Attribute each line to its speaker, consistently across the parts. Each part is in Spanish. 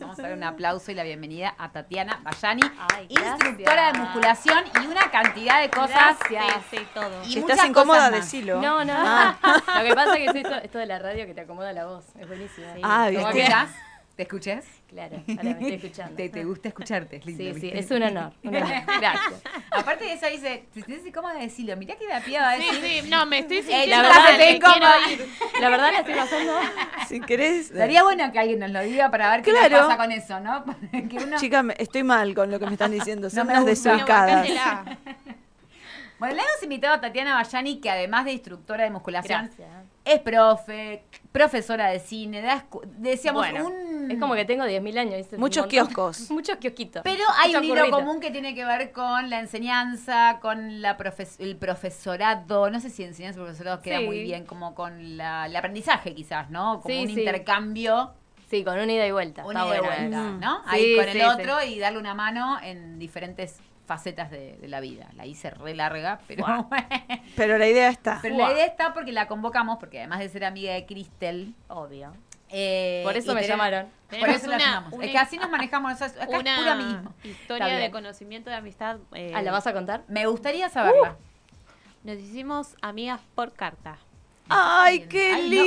Speaker 1: vamos a dar un aplauso y la bienvenida a Tatiana Bayani,
Speaker 2: Ay, gracias.
Speaker 1: instructora de musculación y una cantidad de cosas. eh,
Speaker 2: Gracias. Sí, sí, todo.
Speaker 1: Y
Speaker 3: Si
Speaker 1: muchas
Speaker 3: estás incómoda,
Speaker 1: cosas más.
Speaker 3: decilo.
Speaker 2: No, no.
Speaker 3: Ah.
Speaker 2: Lo que pasa es que es esto, esto de la radio que te acomoda la voz. Es buenísimo.
Speaker 3: Ah,
Speaker 1: ¿Cómo
Speaker 3: ¿viste?
Speaker 1: que estás? ¿Te escuchás?
Speaker 2: Claro, ahora me estoy escuchando.
Speaker 1: Te, te gusta escucharte, es lindo.
Speaker 2: sí, sí,
Speaker 1: ¿viste?
Speaker 2: es un honor. un honor.
Speaker 1: Gracias. Aparte de eso dice, si te sientes cómoda, decilo. Mirá que la piba va a
Speaker 4: Sí,
Speaker 1: decir.
Speaker 4: sí, no, me
Speaker 3: Eh,
Speaker 4: estoy
Speaker 1: Ey,
Speaker 2: Eh,
Speaker 4: sintiendo
Speaker 1: la
Speaker 4: mal,
Speaker 1: verdad
Speaker 4: me
Speaker 1: que tengo
Speaker 4: quiero
Speaker 1: más-
Speaker 4: ir.
Speaker 2: La verdad la estoy pasando.
Speaker 3: Si querés. eh,
Speaker 1: Estaría bueno que alguien nos lo diga para ver qué nos
Speaker 3: Claro.
Speaker 1: pasa con eso, ¿no? Que uno-
Speaker 3: Chica, me- estoy mal con lo que me están diciendo. Son
Speaker 1: me
Speaker 3: unas
Speaker 1: gusta.
Speaker 3: desubicadas.
Speaker 4: Bueno, bancátela.
Speaker 1: Bueno, le hemos invitado a Tatiana Bayani, que además de instructora de musculación,
Speaker 2: Gracias.
Speaker 1: es profe, profesora de cine, da escu- decíamos
Speaker 2: Bueno,
Speaker 1: un...
Speaker 2: Es como que tengo 10.000 años. ¿viste?
Speaker 3: Muchos
Speaker 2: Un montón.
Speaker 3: kioscos.
Speaker 2: Muchos kiosquitos.
Speaker 1: Pero hay
Speaker 2: Muchos
Speaker 1: un hilo
Speaker 2: curritos.
Speaker 1: común que tiene que ver con la enseñanza, con la profes- el profesorado, no sé si enseñanza y profesorado queda
Speaker 2: Sí.
Speaker 1: muy bien, como con la, el aprendizaje quizás, ¿no? Como
Speaker 2: Sí,
Speaker 1: un
Speaker 2: sí.
Speaker 1: intercambio,
Speaker 2: Sí, con una ida y vuelta.
Speaker 1: una
Speaker 2: Está
Speaker 1: ida y
Speaker 2: bueno
Speaker 1: vuelta,
Speaker 2: eso. Mm.
Speaker 1: ¿no?
Speaker 2: Sí,
Speaker 1: Ahí con
Speaker 2: sí,
Speaker 1: el
Speaker 2: sí.
Speaker 1: otro y darle una mano en diferentes facetas de, de la vida. La hice re larga, pero
Speaker 3: Pero la idea está.
Speaker 1: Pero
Speaker 2: Buah.
Speaker 1: la idea está porque la convocamos, porque además de ser amiga de Cristel.
Speaker 2: Obvio.
Speaker 1: eh,
Speaker 2: Por eso
Speaker 1: y
Speaker 2: me
Speaker 1: tener-
Speaker 2: llamaron.
Speaker 1: Por eso
Speaker 4: Tenemos
Speaker 1: la
Speaker 4: una-
Speaker 1: llamamos.
Speaker 4: una-
Speaker 1: es que así nos manejamos. o sea, acá es puro
Speaker 4: Una
Speaker 1: amiguismo.
Speaker 2: Está
Speaker 4: historia
Speaker 2: bien.
Speaker 4: de conocimiento de amistad. eh,
Speaker 2: Ah, ¿la vas a contar?
Speaker 1: Me gustaría saberla.
Speaker 4: Nos hicimos amigas por carta.
Speaker 3: ¡Ay, qué
Speaker 1: Ay, no.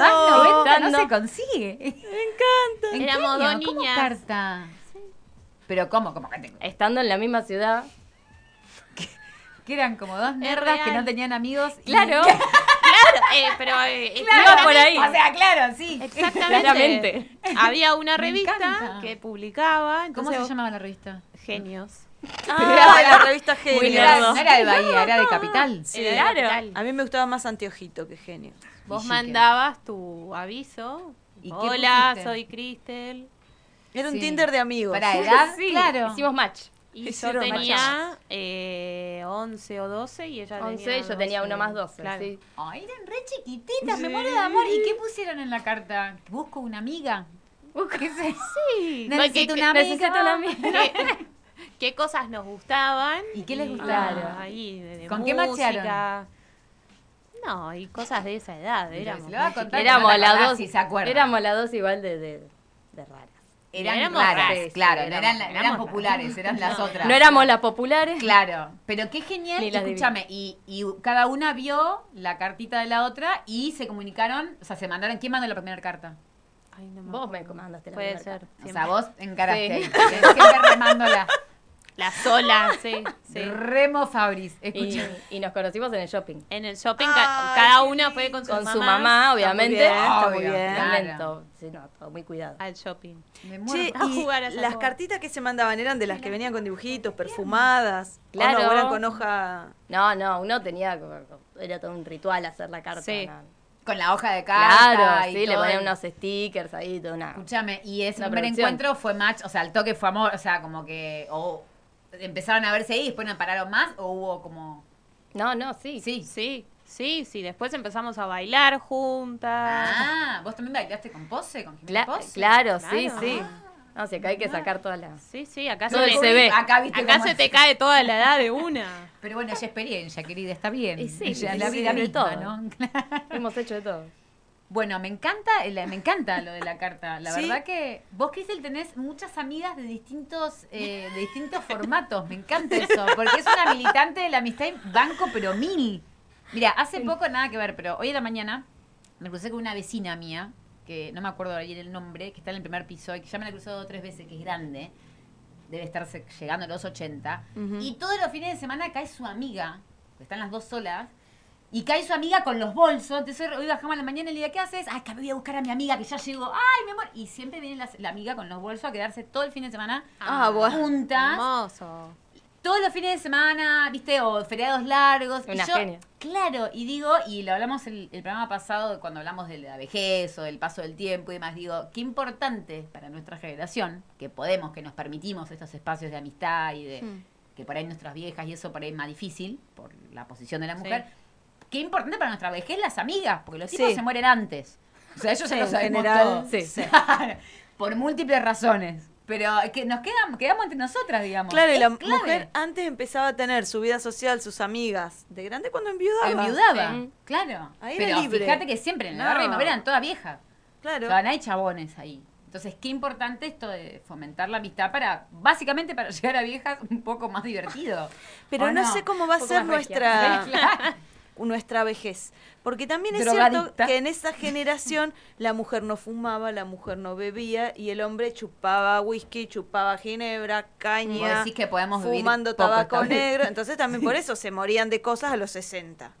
Speaker 3: lindo!
Speaker 1: Más 90
Speaker 3: ¿eh?
Speaker 1: no
Speaker 2: Estando-
Speaker 1: se consigue. Me encanta.
Speaker 4: Éramos dos niñas.
Speaker 1: carta? Pero ¿cómo? ¿Cómo que tengo?
Speaker 2: Estando en la misma ciudad.
Speaker 1: Que eran como dos nerdas
Speaker 4: real.
Speaker 1: que no tenían amigos. y-
Speaker 2: Claro.
Speaker 4: Claro, eh, pero eh,
Speaker 1: Claro,
Speaker 2: Iba por ahí.
Speaker 1: O sea, claro, sí.
Speaker 4: exactamente.
Speaker 2: Claramente.
Speaker 4: Había una
Speaker 1: Me
Speaker 4: revista
Speaker 1: encanta.
Speaker 4: que publicaba.
Speaker 1: ¿Cómo
Speaker 4: entonces-
Speaker 1: se llamaba la revista?
Speaker 4: Genios.
Speaker 3: Ah, la revista
Speaker 2: Muy
Speaker 3: Genio.
Speaker 1: Era-
Speaker 2: nerdo.
Speaker 1: no era de Bahía, era de Capital.
Speaker 2: Sí, claro.
Speaker 3: A mí me gustaba más Anteojito que Genio.
Speaker 1: Ah,
Speaker 4: Vos
Speaker 1: sí,
Speaker 4: mandabas tu aviso.
Speaker 1: ¿Y qué
Speaker 4: Hola,
Speaker 1: pusiste?
Speaker 4: soy Cristel.
Speaker 3: Era un
Speaker 1: Sí.
Speaker 3: Tinder de amigos.
Speaker 1: Para edad,
Speaker 2: Sí,
Speaker 1: claro.
Speaker 2: Hicimos match.
Speaker 4: Y yo
Speaker 3: Hicieron
Speaker 4: tenía eh, 11 o 12 y ella
Speaker 2: 11
Speaker 4: tenía
Speaker 2: y yo tenía uno más 12.
Speaker 4: Claro.
Speaker 2: sí.
Speaker 1: Ay, Oh, eran re chiquititas, me muero de amor. ¿Y qué pusieron en la carta? ¿Busco una amiga? ¿Qué es eso?
Speaker 4: Sí,
Speaker 1: Necesito
Speaker 4: que-
Speaker 1: una amiga.
Speaker 2: Necesito una amiga.
Speaker 4: qué, qué cosas nos gustaban.
Speaker 1: ¿Y qué les gustaba?
Speaker 4: gustaban? Ahí, de, de
Speaker 1: ¿Con qué
Speaker 4: música.
Speaker 1: machearon?
Speaker 4: No, y cosas de esa edad. Éramos,
Speaker 1: le va a
Speaker 4: muy
Speaker 1: contar
Speaker 4: chiquitas.
Speaker 2: Éramos
Speaker 1: no te acordás
Speaker 2: las dos.
Speaker 1: si se acuerdan.
Speaker 2: éramos las dos igual de, de, de raras.
Speaker 1: Eran
Speaker 4: Éramos
Speaker 1: raras,
Speaker 4: raras,
Speaker 1: claro,
Speaker 4: sí,
Speaker 1: no eran,
Speaker 4: éramos-
Speaker 1: la- eran
Speaker 4: éramos
Speaker 1: populares, eran las otras.
Speaker 2: No éramos las populares.
Speaker 1: Claro, pero qué genial,
Speaker 2: Ni las
Speaker 1: escúchame, y, y cada una vio la cartita de la otra y se comunicaron, o sea, se mandaron, ¿quién mandó la primera carta?
Speaker 4: Ay, no me
Speaker 2: Vos
Speaker 4: acuerdo.
Speaker 2: me comandaste la
Speaker 4: Puede
Speaker 2: primera
Speaker 4: ser.
Speaker 2: carta.
Speaker 1: O sea, vos encaraste ahí,
Speaker 2: Sí.
Speaker 1: siempre remándola.
Speaker 4: La sola, sí, sí.
Speaker 1: Remo Fabris,
Speaker 2: Y,
Speaker 1: escucha.
Speaker 2: y nos conocimos en el shopping.
Speaker 4: En el shopping ca- cada una fue con su
Speaker 2: Con
Speaker 4: mamá.
Speaker 2: su mamá, obviamente.
Speaker 3: Está muy
Speaker 1: Obvio.
Speaker 3: bien.
Speaker 1: Claro.
Speaker 2: Momento. Sí, no, todo muy cuidado.
Speaker 4: Al shopping.
Speaker 1: Me
Speaker 3: Che,
Speaker 1: muero.
Speaker 4: a
Speaker 3: y
Speaker 4: jugar a esas
Speaker 3: las
Speaker 4: cosas.
Speaker 3: cartitas que se mandaban eran de las que venían con dibujitos, perfumadas. ¿o no?
Speaker 2: Claro.
Speaker 3: ¿O eran con hoja.
Speaker 2: No, no, uno tenía. como- como- Era todo un ritual hacer la carta.
Speaker 4: Sí.
Speaker 2: ¿no?
Speaker 1: Con la hoja de carta
Speaker 2: Claro,
Speaker 1: y
Speaker 2: sí, le
Speaker 1: todo
Speaker 2: ponían
Speaker 1: el-
Speaker 2: unos stickers ahí, todo una.
Speaker 1: Escúchame, y ese
Speaker 2: Una
Speaker 1: primer
Speaker 2: producción.
Speaker 1: encuentro fue match, o sea, el toque fue amor, o sea, como que o empezaron a verse ahí y después no pararon más o hubo como
Speaker 2: No, no, sí.
Speaker 1: sí.
Speaker 4: Sí, sí, sí. Después empezamos a bailar juntas.
Speaker 1: Ah, vos también bailaste con Pose, con Jimena
Speaker 2: Cla-
Speaker 1: Pose.
Speaker 2: claro, sí,
Speaker 4: Claro.
Speaker 2: sí. No, si acá hay que sacar toda la.
Speaker 4: Sí, sí, acá
Speaker 2: Todo
Speaker 4: se,
Speaker 2: el
Speaker 4: te-
Speaker 2: CV.
Speaker 1: Acá viste
Speaker 4: acá
Speaker 1: cómo
Speaker 4: se
Speaker 1: es.
Speaker 4: te cae toda la edad de una.
Speaker 1: Pero bueno, es experiencia, querida, está bien.
Speaker 2: Y sí,
Speaker 1: Ella es
Speaker 2: sí,
Speaker 1: la
Speaker 2: sí,
Speaker 1: vida
Speaker 2: de
Speaker 1: misma,
Speaker 2: todo.
Speaker 1: ¿no?
Speaker 2: Hemos hecho de todo.
Speaker 1: Bueno, me encanta, el- me encanta lo de la carta. La
Speaker 3: Sí.
Speaker 1: verdad que vos, Cristel, tenés muchas amigas de distintos, eh, de distintos formatos. Me encanta eso, porque es una militante de la amistad y banco, pero mil. Mira, hace poco nada que ver, pero hoy en la mañana me crucé con una vecina mía, que no me acuerdo bien el nombre, que está en el primer piso y que ya me la he cruzado dos o tres veces, que es grande. Debe estar se- llegando a los 80. Y todos los fines de semana cae su amiga, que están las dos solas, y cae su amiga con los bolsos. Entonces hoy bajamos a la mañana y le digo, ¿qué haces? Ay, que voy a buscar a mi amiga que ya llegó. Ay, mi amor. Y siempre viene la, la amiga con los bolsos a quedarse todo el fin de semana
Speaker 3: Ah, bueno.
Speaker 1: juntas.
Speaker 4: Hermoso.
Speaker 1: Todos los fines de semana, viste, o feriados largos.
Speaker 2: Una
Speaker 1: y yo,
Speaker 2: genia.
Speaker 1: Claro, y digo, y lo hablamos el, el programa pasado, cuando hablamos de la vejez o del paso del tiempo y demás, digo, qué importante para nuestra generación, que podemos, que nos permitimos estos espacios de amistad y de
Speaker 2: Hmm.
Speaker 1: que por ahí nuestras viejas y eso por ahí es más difícil, por la posición de la mujer. Qué importante para nuestra vejez las amigas, porque los tipos
Speaker 3: Sí.
Speaker 1: se mueren antes. O sea, ellos ya lo
Speaker 3: en
Speaker 1: sabemos
Speaker 3: general,
Speaker 1: todo.
Speaker 2: sí.
Speaker 1: por múltiples razones. Pero que nos quedamos, quedamos entre nosotras, digamos.
Speaker 3: Claro, y
Speaker 1: Es
Speaker 3: la
Speaker 1: clave.
Speaker 3: mujer antes empezaba a tener su vida social, sus amigas. De grande cuando enviudaba.
Speaker 1: Enviudaba,
Speaker 2: Sí.
Speaker 1: claro.
Speaker 3: Ahí era
Speaker 1: Pero
Speaker 3: libre.
Speaker 1: fíjate que siempre en la
Speaker 3: No.
Speaker 1: barra de mi abuela eran todas viejas. O
Speaker 3: Claro.
Speaker 1: sea, no hay chabones ahí. Entonces, qué importante esto de fomentar la amistad para, básicamente, para llegar a viejas un poco más divertido.
Speaker 3: Pero
Speaker 1: ¿O
Speaker 3: no, sé cómo va a
Speaker 4: Un poco
Speaker 3: ser
Speaker 4: más regia.
Speaker 3: nuestra,
Speaker 1: Claro.
Speaker 3: nuestra vejez. Porque también es
Speaker 1: Drogadicta.
Speaker 3: cierto que en esa generación la mujer no fumaba, la mujer no bebía y el hombre chupaba whisky, chupaba ginebra,
Speaker 1: Vos
Speaker 3: caña,
Speaker 1: decís que podemos vivir
Speaker 3: fumando
Speaker 1: poco
Speaker 3: tabaco
Speaker 1: esta vez.
Speaker 3: negro. Entonces también por eso se morían de cosas a los 60.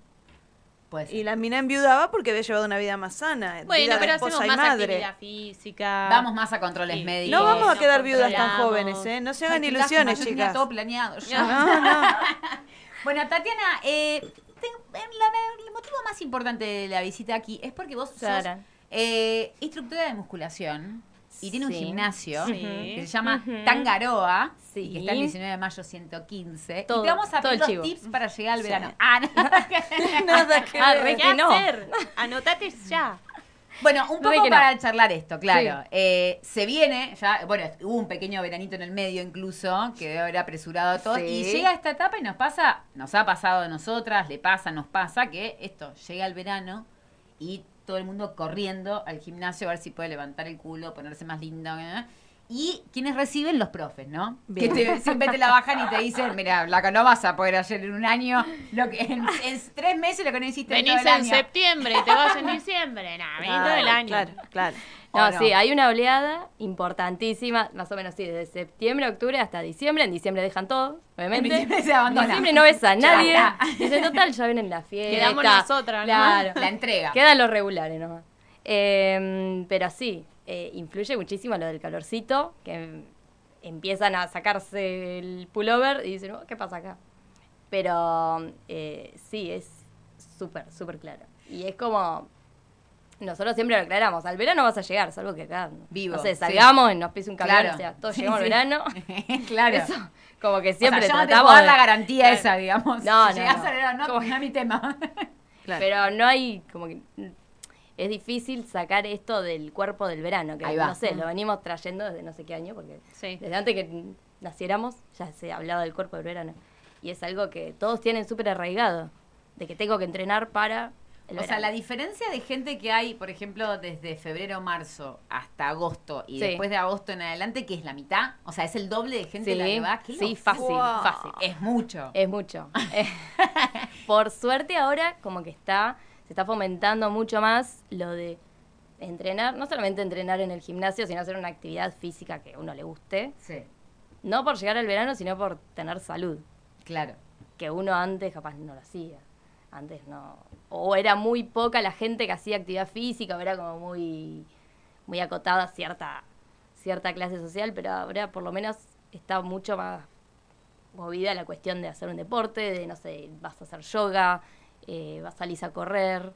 Speaker 1: Puede ser.
Speaker 3: Y la mina enviudaba porque había llevado una vida más sana. vida
Speaker 4: Bueno,
Speaker 3: de
Speaker 4: pero
Speaker 3: esposa
Speaker 4: hacemos
Speaker 3: y
Speaker 4: más
Speaker 3: madre.
Speaker 4: actividad física.
Speaker 1: Vamos más a controles
Speaker 4: Sí.
Speaker 1: médicos.
Speaker 3: No vamos a
Speaker 4: Nos
Speaker 3: quedar viudas tan
Speaker 4: controlamos.
Speaker 3: jóvenes, ¿eh? No se hagan
Speaker 1: Ay, qué lástima,
Speaker 3: ilusiones,
Speaker 1: yo tenía
Speaker 3: chicas.
Speaker 1: todo planeado. ya.
Speaker 3: No, no.
Speaker 1: Bueno, Tatiana, eh, te- en la- el motivo más importante de la visita aquí es porque vos sos
Speaker 2: Sara.
Speaker 1: eh, instructora de musculación y tiene un
Speaker 2: Sí.
Speaker 1: gimnasio
Speaker 4: Sí.
Speaker 1: que se llama
Speaker 4: Ujú.
Speaker 1: Tangaroa,
Speaker 2: Sí.
Speaker 1: y que está el 19 de mayo 115.
Speaker 2: Todo-
Speaker 1: y te vamos a
Speaker 2: todo
Speaker 1: pedir
Speaker 2: el
Speaker 1: los
Speaker 2: chivo.
Speaker 1: tips para llegar al
Speaker 2: Sí.
Speaker 1: verano. Ah, no.
Speaker 3: Nada que
Speaker 2: Ah,
Speaker 3: ver.
Speaker 2: re-
Speaker 4: ¿Qué
Speaker 2: que no.
Speaker 4: hacer? Anotate ya.
Speaker 1: Bueno, un
Speaker 2: Re
Speaker 1: poco
Speaker 2: que no.
Speaker 1: para charlar esto, claro. Eh, se viene, ya, bueno, hubo un pequeño veranito en el medio incluso, que debe haber apresurado a todos.
Speaker 2: Sí.
Speaker 1: Y llega esta etapa y nos pasa, nos ha pasado a nosotras, le pasa, nos pasa, que esto, llega el verano y todo el mundo corriendo al gimnasio a ver si puede levantar el culo, ponerse más lindo. ¿eh? Y quienes reciben, los profes, ¿no?
Speaker 3: Bien.
Speaker 1: Que te- siempre te la bajan y te dicen, mira, Blanca, no vas a poder hacer en un año, lo que, en, en tres meses lo que no hiciste en todo
Speaker 4: Venís
Speaker 1: el
Speaker 4: en
Speaker 1: año.
Speaker 4: septiembre y te vas en diciembre. Nada, venís todo el año.
Speaker 3: Ah, Claro, claro.
Speaker 1: ¿O
Speaker 2: No,
Speaker 1: no?
Speaker 2: sí, hay una oleada importantísima, más o menos sí, desde septiembre, octubre hasta diciembre. En diciembre dejan todo, obviamente.
Speaker 1: En diciembre se
Speaker 2: En
Speaker 1: abandona.
Speaker 2: diciembre no ves a nadie.
Speaker 1: Ya
Speaker 2: Dicen, total, ya vienen la fiesta.
Speaker 4: Quedamos nosotras, ¿no?
Speaker 2: Claro.
Speaker 1: La entrega.
Speaker 2: Quedan los regulares nomás. Eh, pero sí, eh, influye muchísimo lo del calorcito, que em- empiezan a sacarse el pullover y dicen, "Oh, ¿qué pasa acá? Pero eh, sí, es súper, súper claro. Y es como, nosotros siempre lo aclaramos, al verano vas a llegar, salvo que acá,
Speaker 1: Vivo,
Speaker 2: no sé,
Speaker 1: sí.
Speaker 2: salgamos y nos pise un camión,
Speaker 1: Claro.
Speaker 2: o sea, todos
Speaker 1: Sí,
Speaker 2: llegamos
Speaker 1: sí.
Speaker 2: al verano.
Speaker 1: claro.
Speaker 2: Eso, como que
Speaker 1: O sea,
Speaker 2: siempre
Speaker 1: yo no te puedo
Speaker 2: tratamos
Speaker 1: dar
Speaker 2: de-
Speaker 1: la garantía
Speaker 2: Claro.
Speaker 1: esa, digamos. Si
Speaker 2: No, no,
Speaker 1: llegás
Speaker 2: no.
Speaker 1: al verano,
Speaker 2: ¿Cómo?
Speaker 1: no es mi tema.
Speaker 3: claro.
Speaker 2: Pero no hay como que mm, es difícil sacar esto del cuerpo del verano, que
Speaker 1: Ahí va.
Speaker 2: no sé, lo venimos trayendo desde no sé qué año, porque
Speaker 4: Sí.
Speaker 2: desde antes que naciéramos ya se hablaba del cuerpo del verano. Y es algo que todos tienen súper arraigado, de que tengo que entrenar para el
Speaker 1: O sea, la
Speaker 2: verano.
Speaker 1: diferencia de gente que hay, por ejemplo, desde febrero, marzo hasta agosto y
Speaker 2: Sí.
Speaker 1: después de agosto en adelante, que es la mitad, o sea, es el doble de gente la que va. Qué
Speaker 2: sí,
Speaker 1: locura.
Speaker 2: fácil,
Speaker 3: Wow.
Speaker 2: fácil.
Speaker 1: Es mucho.
Speaker 2: Es mucho. Eh, Por suerte ahora como que está, se está fomentando mucho más lo de entrenar, no solamente entrenar en el gimnasio, sino hacer una actividad física que a uno le guste.
Speaker 1: Sí,
Speaker 2: No por llegar al verano, sino por tener salud,
Speaker 1: claro.
Speaker 2: que uno antes capaz no lo hacía. Antes no. O era muy poca la gente que hacía actividad física, o era como muy, muy acotada cierta, cierta clase social, pero ahora por lo menos está mucho más movida la cuestión de hacer un deporte, de no sé, vas a hacer yoga, eh, vas, salís a correr.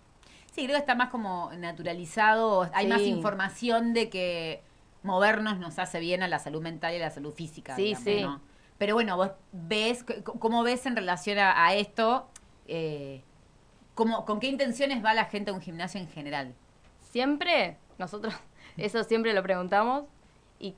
Speaker 1: Sí, creo que está más como naturalizado, hay
Speaker 2: Sí.
Speaker 1: más información de que movernos nos hace bien a la salud mental y a la salud física.
Speaker 2: Sí,
Speaker 1: digamos,
Speaker 2: sí.
Speaker 1: ¿no? Pero bueno, vos ves, c- c- ¿cómo ves en relación a, a esto? Eh, ¿cómo- ¿Con qué intenciones va la gente a un gimnasio en general?
Speaker 2: Siempre, nosotros eso siempre lo preguntamos, y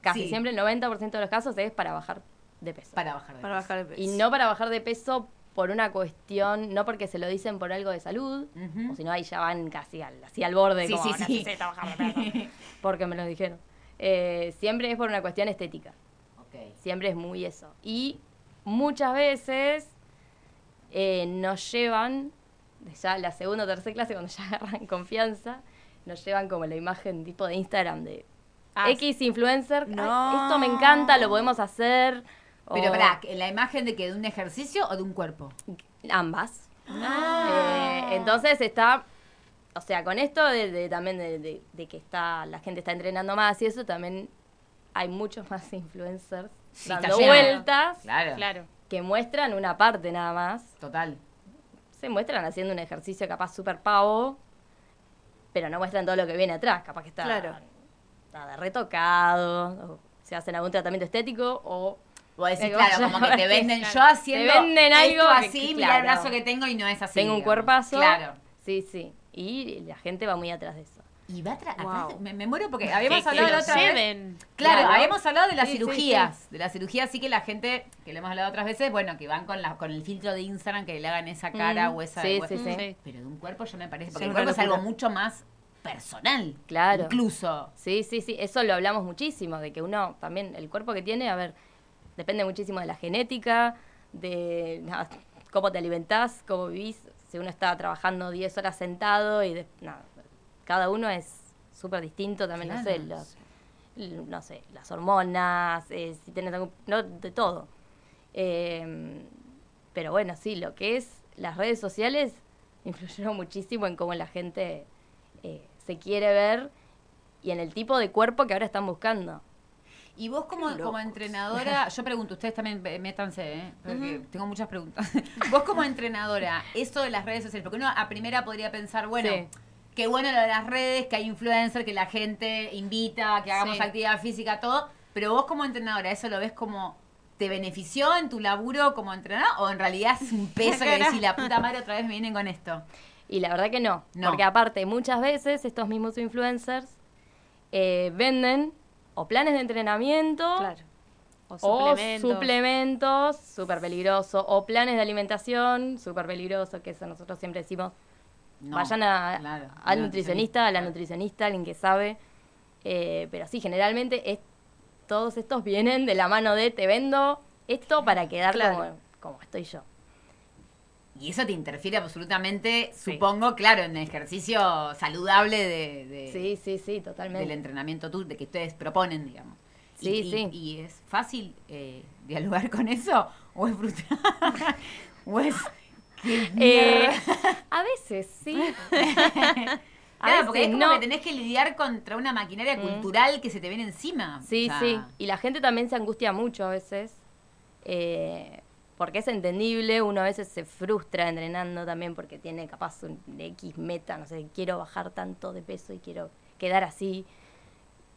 Speaker 2: casi
Speaker 1: Sí.
Speaker 2: siempre el 90% de los casos es para bajar de peso.
Speaker 1: Para bajar de
Speaker 3: Para
Speaker 1: peso.
Speaker 3: bajar el peso.
Speaker 2: Y no para bajar de peso por una cuestión, no porque se lo dicen por algo de salud,
Speaker 1: Ujú.
Speaker 2: o si no ahí ya van casi al, así al borde,
Speaker 1: Sí,
Speaker 2: como
Speaker 1: sí,
Speaker 2: "No
Speaker 1: sí.
Speaker 2: necesito bajar de peso", porque me lo dijeron. Eh, siempre es por una cuestión estética,
Speaker 1: Ok.
Speaker 2: siempre es muy eso. Y muchas veces eh, nos llevan, ya la segunda o tercera clase, cuando ya agarran confianza, nos llevan como la imagen tipo de Instagram de
Speaker 4: Ah,
Speaker 2: X influencer, "Ay,
Speaker 3: No.
Speaker 2: esto me encanta, lo podemos hacer.
Speaker 1: Pero
Speaker 2: o-
Speaker 1: pará, ¿la imagen de que de un ejercicio o de un cuerpo?
Speaker 2: ambas.
Speaker 1: Ah.
Speaker 2: Eh, entonces está, o sea, con esto de, de- también de, de- de que está la gente está entrenando más y eso también hay muchos más influencers
Speaker 1: Sí, está
Speaker 2: dando
Speaker 1: lleno.
Speaker 2: vueltas
Speaker 1: Claro,
Speaker 4: Claro.
Speaker 2: que muestran una parte nada más.
Speaker 1: total.
Speaker 2: Se muestran haciendo un ejercicio capaz súper pavo, pero no muestran todo lo que viene atrás, capaz que está,
Speaker 3: Claro.
Speaker 2: está de retocado, o se hacen algún tratamiento estético o
Speaker 1: Vos decís,
Speaker 2: Me
Speaker 1: claro,
Speaker 2: vaya,
Speaker 1: como que te
Speaker 2: porque,
Speaker 1: venden
Speaker 4: claro,
Speaker 1: yo haciendo
Speaker 2: te venden
Speaker 1: esto
Speaker 2: algo que-
Speaker 1: así, mira el
Speaker 2: claro.
Speaker 1: brazo que tengo y no es así.
Speaker 2: tengo un
Speaker 1: digamos.
Speaker 2: cuerpazo.
Speaker 1: Claro.
Speaker 2: Sí, sí. Y la gente va muy atrás de eso.
Speaker 1: Y va atra-
Speaker 3: Wow.
Speaker 1: atrás, me, me muero porque habíamos
Speaker 4: Que- que
Speaker 1: hablado
Speaker 4: lo
Speaker 1: la otra vez.
Speaker 4: lleven.
Speaker 1: Claro,
Speaker 2: Claro.
Speaker 1: habíamos hablado de las
Speaker 2: Sí, sí,
Speaker 1: cirugías, de las cirugías, sí que la gente, que le hemos hablado otras veces, bueno, que van con la con el filtro de Instagram, que le hagan esa cara
Speaker 2: Mm,
Speaker 1: o esa...
Speaker 2: sí,
Speaker 1: o-
Speaker 2: sí, sí.
Speaker 1: Pero de un cuerpo yo me parece,
Speaker 3: Sí,
Speaker 1: porque el
Speaker 3: una
Speaker 1: cuerpo es
Speaker 3: locura.
Speaker 1: algo mucho más personal.
Speaker 2: Claro.
Speaker 1: Incluso.
Speaker 2: Sí, sí, sí, eso lo hablamos muchísimo, de que uno también, el cuerpo que tiene, a ver, depende muchísimo de la genética, de nada, cómo te alimentás, cómo vivís, si uno está trabajando 10 horas sentado y de- nada, cada uno es súper distinto también, no sé,
Speaker 1: Claro,
Speaker 2: los-
Speaker 1: sí.
Speaker 2: l- no sé, las hormonas, eh, si tenés algún, no, de todo. Eh, pero bueno, sí, lo que es las redes sociales influyeron muchísimo en cómo la gente eh, se quiere ver y en el tipo de cuerpo que ahora están buscando.
Speaker 1: Y vos como, como entrenadora, yo pregunto, ustedes también eh, métanse, ¿eh? porque tengo muchas preguntas. vos como entrenadora, eso de las redes sociales, porque uno a primera podría pensar, bueno,
Speaker 2: Sí.
Speaker 1: qué bueno lo de las redes, que hay influencers, que la gente invita, que hagamos
Speaker 4: Sí.
Speaker 1: actividad física, todo, pero vos como entrenadora, ¿eso lo ves como te benefició en tu laburo como entrenadora o en realidad es un peso que decís, la puta madre otra vez me vienen con esto?
Speaker 2: Y la verdad que no,
Speaker 1: No.
Speaker 2: porque aparte muchas veces estos mismos influencers eh, venden o planes de entrenamiento
Speaker 4: Claro. O
Speaker 2: o
Speaker 4: suplementos.
Speaker 2: suplementos, súper peligroso, o planes de alimentación, súper peligroso, que eso nosotros siempre decimos,
Speaker 1: No,
Speaker 2: vayan a-
Speaker 1: claro,
Speaker 2: al
Speaker 1: no,
Speaker 2: nutricionista, a la
Speaker 1: claro.
Speaker 2: nutricionista, alguien que sabe. Eh, pero sí, generalmente es- todos estos vienen de la mano de te vendo esto para quedar
Speaker 3: Claro.
Speaker 2: como, como estoy yo.
Speaker 1: Y eso te interfiere absolutamente, supongo, claro, en el ejercicio saludable de, de-
Speaker 2: Sí, sí, sí, totalmente.
Speaker 1: Eh, del entrenamiento tú, de que ustedes proponen, digamos. Y-
Speaker 2: Sí,
Speaker 1: y,
Speaker 2: sí.
Speaker 1: ¿Y es fácil eh, dialogar con eso? ¿O es brutal? ¿O es...? qué
Speaker 2: Eh,
Speaker 1: mierda?
Speaker 2: a veces sí. a
Speaker 1: Claro, porque es
Speaker 2: veces
Speaker 1: como
Speaker 2: no.
Speaker 1: que tenés que lidiar contra una maquinaria
Speaker 2: Mm.
Speaker 1: cultural que se te viene encima.
Speaker 2: Sí, Eh,
Speaker 1: O sea,
Speaker 2: sí. Y la gente también se angustia mucho a veces. eh, porque es entendible, uno a veces se frustra entrenando también porque tiene capaz un X meta, no sé, quiero bajar tanto de peso y quiero quedar así.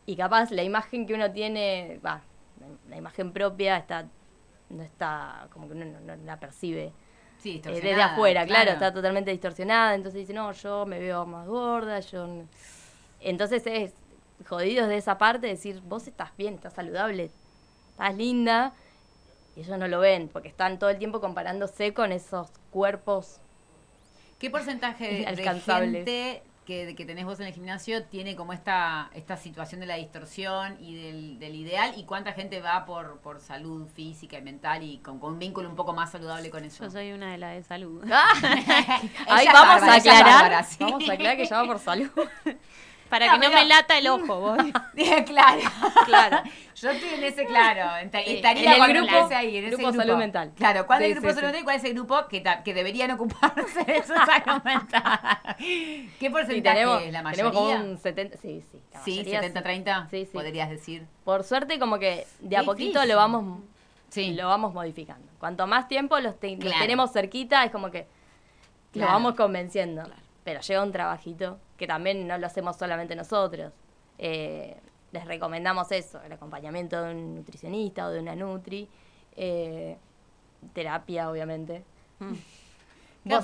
Speaker 2: Y capaz la imagen que uno tiene, va, la imagen propia está, no está, como que uno no, no la percibe
Speaker 1: sí,
Speaker 2: eh, desde
Speaker 1: distorsionada,
Speaker 2: afuera, claro. está totalmente distorsionada, entonces dice, no, yo me veo más gorda, yo... n-". Entonces es jodidos de esa parte decir, vos estás bien, estás saludable, estás linda, y ellos no lo ven, porque están todo el tiempo comparándose con esos cuerpos.
Speaker 1: ¿Qué porcentaje de- de,
Speaker 2: Inalcanzables.
Speaker 1: gente que, que tenés vos en el gimnasio tiene como esta, esta situación de la distorsión y del, del ideal? ¿Y cuánta gente va por, por salud física y mental y con, con un vínculo un poco más saludable con eso?
Speaker 4: Yo soy una de las de salud.
Speaker 2: Ahí
Speaker 1: Ella es
Speaker 2: vamos
Speaker 1: bárbara, ella
Speaker 2: a
Speaker 1: es
Speaker 2: aclarar,
Speaker 1: bárbara, sí.
Speaker 2: vamos a aclarar que ya va por salud.
Speaker 4: Para
Speaker 1: No,
Speaker 4: que no
Speaker 1: pero-
Speaker 4: me lata el ojo, voy.
Speaker 1: claro.
Speaker 2: Claro.
Speaker 1: Yo estoy en ese claro. en ta-
Speaker 2: Sí,
Speaker 1: Estaría
Speaker 2: en el
Speaker 1: con
Speaker 2: grupo-
Speaker 1: Plaza ahí, en ese
Speaker 2: grupo
Speaker 1: grupo
Speaker 2: salud mental.
Speaker 1: Claro, ¿cuál es
Speaker 2: Sí,
Speaker 1: el grupo
Speaker 2: sí,
Speaker 1: salud
Speaker 2: sí.
Speaker 1: mental y cuál es el grupo que, ta- que deberían ocuparse de su salud mental? ¿Qué
Speaker 2: Y
Speaker 1: porcentaje
Speaker 2: tenemos,
Speaker 1: es la mayoría?
Speaker 2: tenemos como un 70, sí, sí. la
Speaker 1: sí,
Speaker 2: mayoría
Speaker 1: 70-30,
Speaker 2: Sí, sí.
Speaker 1: podrías decir.
Speaker 2: Por suerte como que de a poquito
Speaker 1: Difícil.
Speaker 2: lo vamos
Speaker 1: Sí.
Speaker 2: lo vamos modificando. Cuanto más tiempo los, te- los
Speaker 1: Claro.
Speaker 2: tenemos cerquita, es como que
Speaker 1: Claro.
Speaker 2: lo vamos convenciendo. Pero llega un trabajito que también no lo hacemos solamente nosotros. Eh, les recomendamos eso, el acompañamiento de un nutricionista o de una nutri, eh, terapia, obviamente. Vos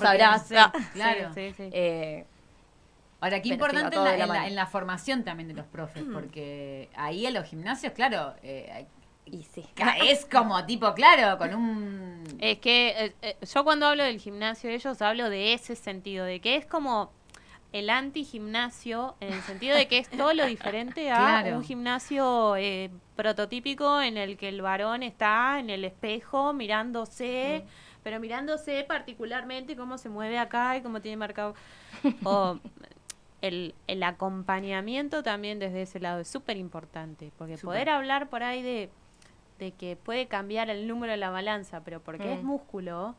Speaker 1: Claro,
Speaker 2: sabrás.
Speaker 1: porque-
Speaker 2: ah,
Speaker 1: Mm. sí, claro.
Speaker 4: Sí, sí, sí.
Speaker 2: eh,
Speaker 1: Ahora, qué
Speaker 2: Pero sí, va
Speaker 1: importante en
Speaker 2: todo
Speaker 1: la,
Speaker 2: de la
Speaker 1: en la-
Speaker 2: mano. Mm.
Speaker 1: en la formación también de los profes, porque ahí en los gimnasios, claro, eh,
Speaker 2: y sí.
Speaker 1: es como tipo, claro, con un...
Speaker 4: Es que eh, eh, yo cuando hablo del gimnasio de ellos hablo de ese sentido, de que es como el anti-gimnasio, en el sentido de que es todo lo diferente a
Speaker 1: Claro.
Speaker 4: un gimnasio eh, prototípico en el que el varón está en el espejo mirándose,
Speaker 1: Mm.
Speaker 4: pero mirándose particularmente cómo se mueve acá y cómo tiene marcado. O el, el acompañamiento también desde ese lado es súper importante, porque
Speaker 1: Súper.
Speaker 4: poder hablar por ahí de, de que puede cambiar el número de la balanza, pero porque es
Speaker 2: Mm.
Speaker 4: músculo,